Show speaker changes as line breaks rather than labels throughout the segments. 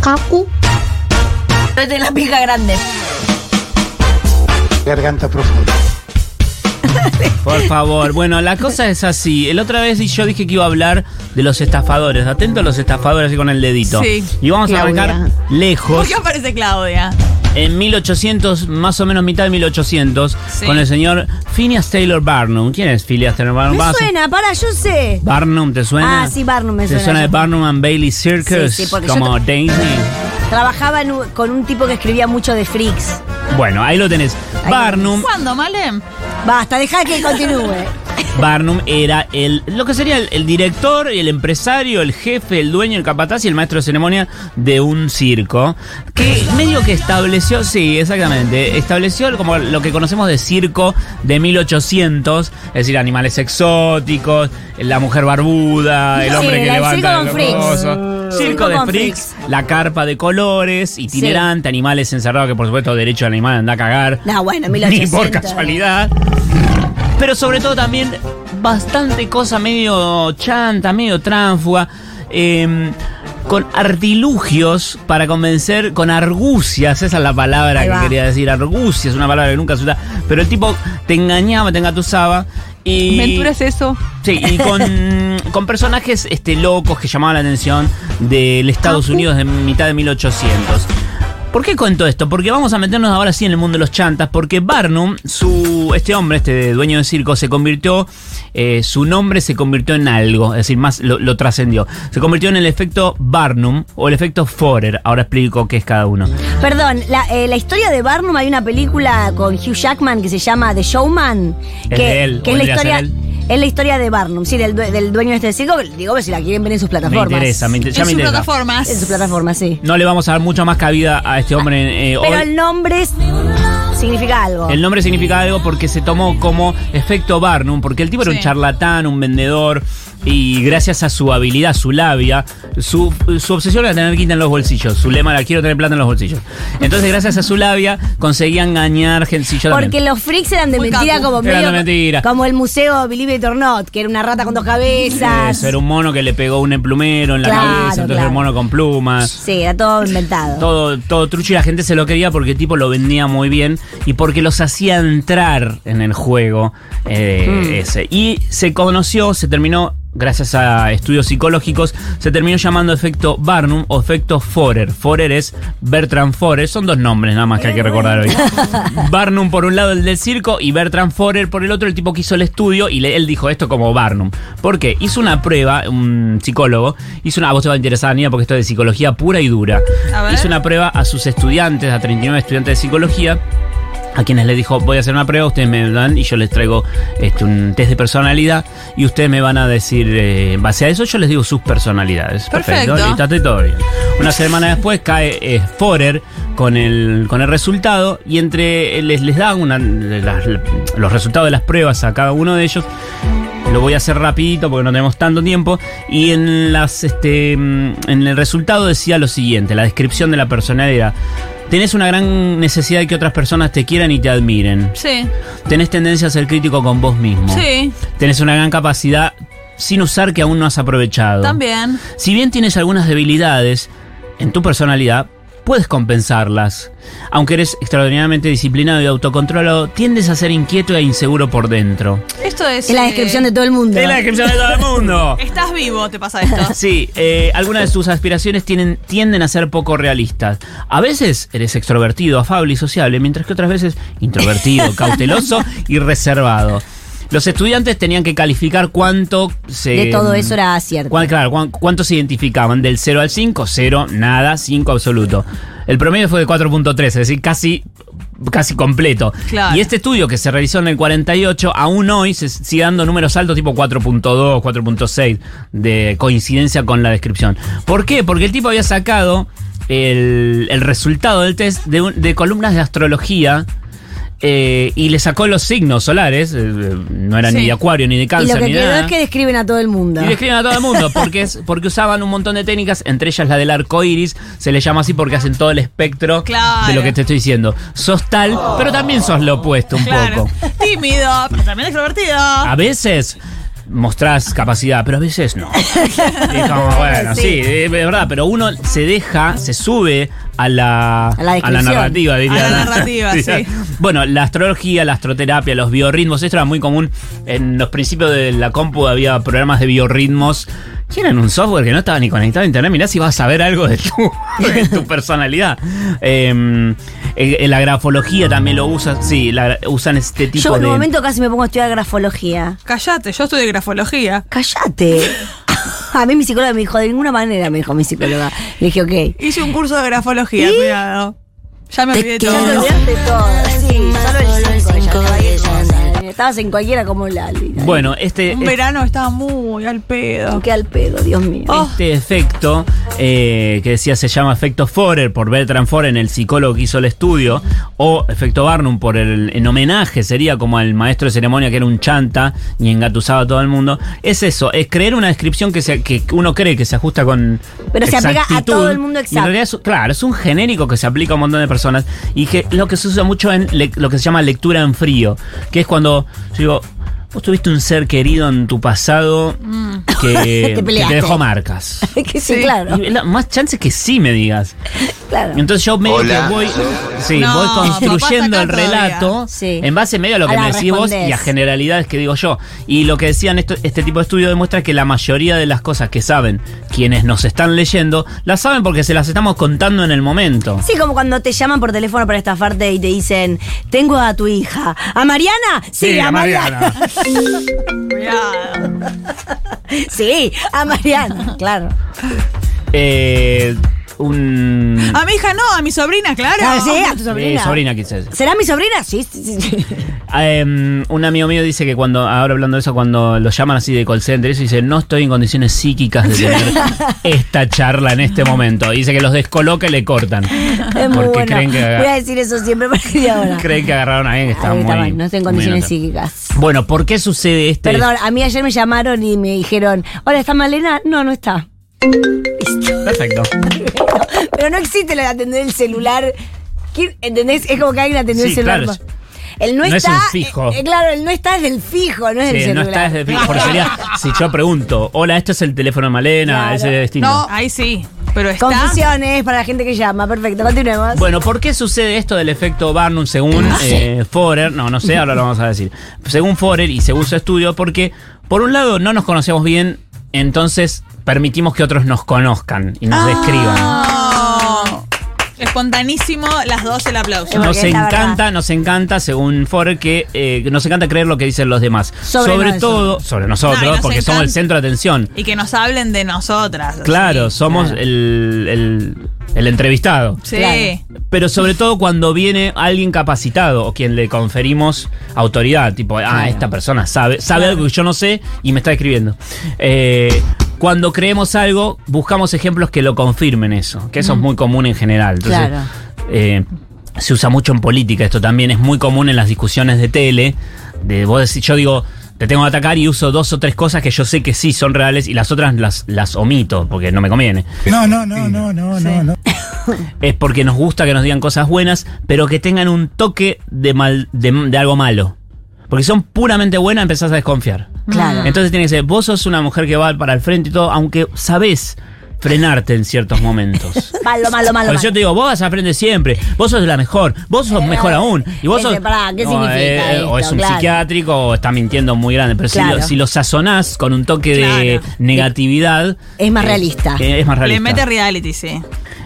Kaku.
Es de la pica grande.
Garganta profunda.
Por favor, bueno, la cosa es así. El otra vez yo dije que iba a hablar de los estafadores. Atento a los estafadores y con el dedito.
Sí.
Y vamos a
Claudia.
arrancar
¿Por
lejos,
qué aparece Claudia?
en 1800, más o menos mitad de 1800,
Sí.
con el señor Phineas Taylor Barnum. ¿Quién es Phineas Taylor Barnum?
Me
Vas-
suena, para, yo sé.
¿Barnum te suena?
Ah, sí, Barnum me
¿Te
suena.
suena de Barnum and Bailey Circus?
Sí, sí, porque yo
como Daisy.
Trabajaba en un- con un tipo que escribía mucho de freaks.
Bueno, ahí lo tenés. Barnum,
¿Cuándo, Malem?
Basta, deja que continúe.
Barnum era el, lo que sería el, el director, el empresario, el jefe, el dueño, el capataz y el maestro de ceremonia de un circo. Que medio que estableció, sí, exactamente, estableció como lo que conocemos de circo de 1800, es decir, animales exóticos, la mujer barbuda, el
Sí,
hombre que
el
levanta
circo con
el
freaks.
coso. Circo
Circo
de
con
freaks, la carpa de colores, itinerante, animales encerrados, que por supuesto derecho al animal anda a cagar.
No, bueno,
Ni
1800.
por casualidad. Pero sobre todo también bastante cosa medio chanta, medio tránfuga. eh, con artilugios para convencer, con argucias, esa es la palabra
Ahí
que
va.
quería decir, argucias, una palabra que nunca se usa, pero el tipo te engañaba, te engatusaba y...
¿Ventura es eso?
Sí, y con, con personajes este, locos que llamaban la atención del Estados Unidos de mitad de 1800. ¿Por qué cuento esto? Porque vamos a meternos ahora sí en el mundo de los chantas, porque Barnum, su, este hombre, este dueño de circo, se convirtió, eh, su nombre se convirtió en algo, es decir, más lo, lo trascendió. Se convirtió en el efecto Barnum o el efecto Forer, ahora explico qué es cada uno.
Perdón, la, eh, la historia de Barnum, hay una película con Hugh Jackman que se llama The Showman.
Es
Que
de él,
que es la
podría ser
historia.
él.
Es la historia de Barnum, sí, del, due- del dueño de este circo. Digo, si la quieren ver en sus
Me
plataformas.
interesa, me inter- ya
en
me
sus
interesa.
plataformas.
En su plataforma, sí.
No le vamos a dar mucho más cabida a este hombre eh,
Pero
hoy.
el nombre es- significa algo.
El nombre significa algo porque se tomó como efecto Barnum, porque el tipo era un
Sí.
charlatán, un vendedor, y gracias a su habilidad, su labia, su, su obsesión era tener quinta en los bolsillos, su lema era quiero tener plata en los bolsillos. Entonces, gracias a su labia, conseguía engañar gente. sí, yo también.
Porque los freaks eran de
Muy
mentira
capo.
como
Eran de
medio-
mentira.
Como el museo Believe It or Not, que era una rata con dos cabezas.
Eso, era un mono que le pegó un plumero en la
Claro,
cabeza, entonces era
claro.
un mono con plumas.
Sí, era todo inventado.
Todo, todo trucho y la gente se lo quería porque el tipo lo vendía muy bien y porque los hacía entrar en el juego eh, ese. Y se conoció, se terminó, gracias a estudios psicológicos, se terminó llamando efecto Barnum o efecto Forer. Forer es Bertrand Forer, son dos nombres nada más que hay que recordar hoy. Barnum por un lado el del circo y Bertrand Forer por el otro el tipo que hizo el estudio y le- él dijo esto como Barnum. ¿Por qué? Hizo una prueba, un psicólogo, hizo una, a vos te va a interesar, Nina, porque esto es de psicología pura y dura.
A ver.
Hizo una prueba a sus estudiantes, a 39 estudiantes de psicología, a quienes les dijo, voy a hacer una prueba, ustedes me dan y yo les traigo este, un test de personalidad y ustedes me van a decir, eh, en base a eso yo les digo sus personalidades.
Perfecto.
listo, hasta ahí todo bien. Una semana después cae eh, Forer con el, con el resultado y entre les, les dan una- las- los resultados de las pruebas a cada uno de ellos lo voy a hacer rapidito porque no tenemos tanto tiempo. Y en las este, mm, en el resultado decía lo siguiente: la descripción de la personalidad. Tenés una gran necesidad de que otras personas te quieran y te admiren.
Sí,
Tenés tendencia a ser crítico con vos mismo.
sí,
Tenés una gran capacidad sin usar que aún no has aprovechado.
también.
Si bien tienes algunas debilidades en tu personalidad, puedes compensarlas. Aunque eres extraordinariamente disciplinado y autocontrolado, tiendes a ser inquieto e inseguro por dentro.
Esto es.
Es la
eh,
descripción de todo el mundo.
Es la descripción de todo el mundo.
Estás vivo, te pasa esto.
Sí, eh, algunas de tus aspiraciones tienen- tienden a ser poco realistas. A veces eres extrovertido, afable y sociable, mientras que otras veces introvertido, cauteloso y reservado. Los estudiantes tenían que calificar cuánto se...
De todo eso era cierto.
cuán- claro, cuán- cuánto se identificaban. Del 0 al 5, 0, nada, 5 absoluto. El promedio fue de 4.3, es decir, casi, casi completo.
Claro.
Y este estudio que se realizó en el 48, aún hoy se sigue dando números altos tipo 4.2, 4.6 de coincidencia con la descripción. ¿Por qué? Porque el tipo había sacado el, el resultado del test de, un- de columnas de astrología. eh, y le sacó los signos solares, eh, no era ni
Sí.
de acuario, ni de
y
cáncer,
lo que
ni
quedó
nada.
es que describen a todo el mundo.
Y describen a todo el mundo, porque, es, porque usaban un montón de técnicas, entre ellas la del arco iris, se le llama así porque hacen todo el espectro
Claro.
de lo que te estoy diciendo. Sos tal, pero también sos lo opuesto un
claro.
poco. Ah.
Tímido, pero también extrovertido.
A veces mostrás capacidad, pero a veces no. Y es como, bueno, sí.
Sí.
es verdad, pero uno se deja, se sube a la,
la descripción.
narrativa, diría.
A la narrativa, sí.
Bueno, la astrología, la astroterapia, los biorritmos, esto era muy común. En los principios de la compu había programas de biorritmos que eran un software que no estaba ni conectado a internet. Mirá si vas a saber algo de tu, de tu personalidad. Eh, eh, la grafología también lo usan, sí, la- usan este tipo
Yo en
de...
un momento casi me pongo a estudiar grafología.
Callate, yo estudié grafología.
¡Cállate! A mí mi psicóloga me dijo, de ninguna manera me dijo mi psicóloga. Le dije, ok.
Hice un curso de grafología, cuidado. Ya me
Te
olvidé
quiero.
Ya te
todo.
olvidaste todo. Sí, solo el cinco, ya te
Cinco
olvidé
de
todo. Estabas en cualquiera como la la-
Bueno, este...
Un
este-
verano estaba muy al pedo.
Qué al pedo, Dios mío.
Oh.
Este efecto eh, que decía se llama efecto Forer por Bertrand Forer, el psicólogo que hizo el estudio, o efecto Barnum por el en homenaje, sería como al maestro de ceremonia que era un chanta y engatusaba a todo el mundo. Es eso, es creer una descripción que, se- que uno cree que se ajusta con.
Pero se aplica a todo el mundo
y en realidad es- claro, es un genérico que se aplica a un montón de personas y que lo que se usa mucho en le- lo que se llama lectura en frío, que es cuando yo digo. Vos tuviste un ser querido en tu pasado que-
Mm. Te
que te
peleaste.
dejó marcas.
Es que sí,
Sí.
claro,
Y la- más chance que sí me digas.
claro.
Entonces yo medio
Hola.
que voy, sí,
No,
voy
papá está
construyendo
acá
el relato
todavía.
Sí.
en base medio a lo que
Ahora
me decís vos
respondés.
y a generalidades que digo yo. Y lo que decían esto- este tipo de estudio demuestra que la mayoría de las cosas que saben quienes nos están leyendo, las saben porque se las estamos contando en el momento.
Sí, como cuando te llaman por teléfono para estafarte y te dicen, tengo a tu hija. ¿A Mariana? Sí, a Mariana.
Cuidado.
Sí, a Mariana, claro.
Eh, un...
A mi hija no, a mi sobrina, claro.
Ah, sí, a
eh,
tu Ah, sobrina.
sobrina quizás.
¿Será mi sobrina? Sí, sí, sí.
Em, un amigo mío dice que cuando, ahora hablando de eso, cuando lo llaman así de call center, eso dice, no estoy en condiciones psíquicas de tener esta charla en este momento. Dice que los descoloca y le cortan.
Es muy
porque
bueno.
creen, que,
Voy a decir eso siempre a partir de ahora.
creen que agarraron a alguien que está
Ahí
muy...
está, bueno, no estoy en
muy
condiciones
nota.
psíquicas.
Bueno, ¿por qué sucede este?
Perdón, a mí ayer me llamaron y me dijeron, hola, ¿está Malena? No, no está.
Perfecto.
Pero no existe lo de atender el celular. ¿Quién- ¿Entendés? Es como que alguien atendió
Sí,
el celular.
claro, es-
El no,
no es
está.
un fijo.
eh, eh, claro, el no está es del fijo, no es del
Sí, no
celular.
está desde porque sería, si yo pregunto, hola, este es el teléfono de Malena,
Claro.
ese es el destino.
No, ahí sí. Pero está.
Confusiones para la gente que llama. Perfecto, continuemos.
Bueno, ¿por qué sucede esto del efecto Barnum según
Ah,
eh, Forer? No, no sé, ahora lo vamos a decir. Según Forer y según su estudio, porque por un lado no nos conocemos bien, entonces permitimos que otros nos conozcan y nos
Ah.
describan.
Oh. Espontanísimo, las dos el aplauso.
porque
Nos
es la
encanta,
verdad.
nos encanta, según Forer, que eh, que nos encanta creer lo que dicen los demás.
Sobre nosotros.
todo, sobre nosotros,
No, y nos
porque somos el
encanta-
centro de atención.
Y que nos hablen de nosotras. así.
Claro, somos
claro.
El, el- el entrevistado.
Sí.
Claro.
Pero sobre todo cuando viene alguien capacitado o quien le conferimos autoridad, tipo, ah, esta persona sabe, sabe algo que yo no sé y me está escribiendo. Eh, cuando creemos algo, buscamos ejemplos que lo confirmen eso, que eso es muy común en general. Entonces,
Claro.
eh, se usa mucho en política, esto también es muy común en las discusiones de tele, de vos decís, yo digo... Te tengo que atacar y uso dos o tres cosas que yo sé que sí son reales y las otras las, las omito porque no me conviene.
No, no, no, no, no, no, no.
es porque nos gusta que nos digan cosas buenas, pero que tengan un toque de, mal, de, de algo malo. Porque son puramente buenas, empezás a desconfiar.
Claro.
Entonces tiene que ser, vos sos una mujer que va para el frente y todo, aunque sabés frenarte en ciertos momentos.
Malo, malo, malo.
Pero pues yo te digo, vos vas a aprender siempre, vos sos la mejor, vos sos mejor aún. Y vos
ese,
sos,
Eh,
eh,
pará, ¿qué significa
o es
esto?
un
Claro.
psiquiátrico o está mintiendo muy grande. Pero si lo- si,
Claro.
lo, sazonás con un toque de
Claro.
negatividad.
Es más
eh,
realista.
eh, es más realista.
Le mete reality, sí.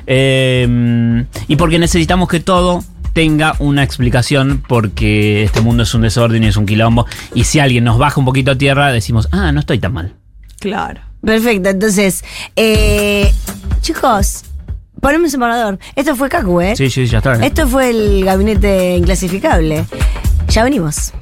Eh, y porque necesitamos que todo tenga una explicación porque este mundo es un desorden y es un quilombo. Y si alguien nos baja un poquito a tierra, decimos, ah, no estoy tan mal.
Claro.
Perfecto, entonces, eh, chicos, ponemos un parador. Esto fue Cacu, ¿eh?
Sí, sí, ya está.
Esto fue el gabinete inclasificable. Ya venimos.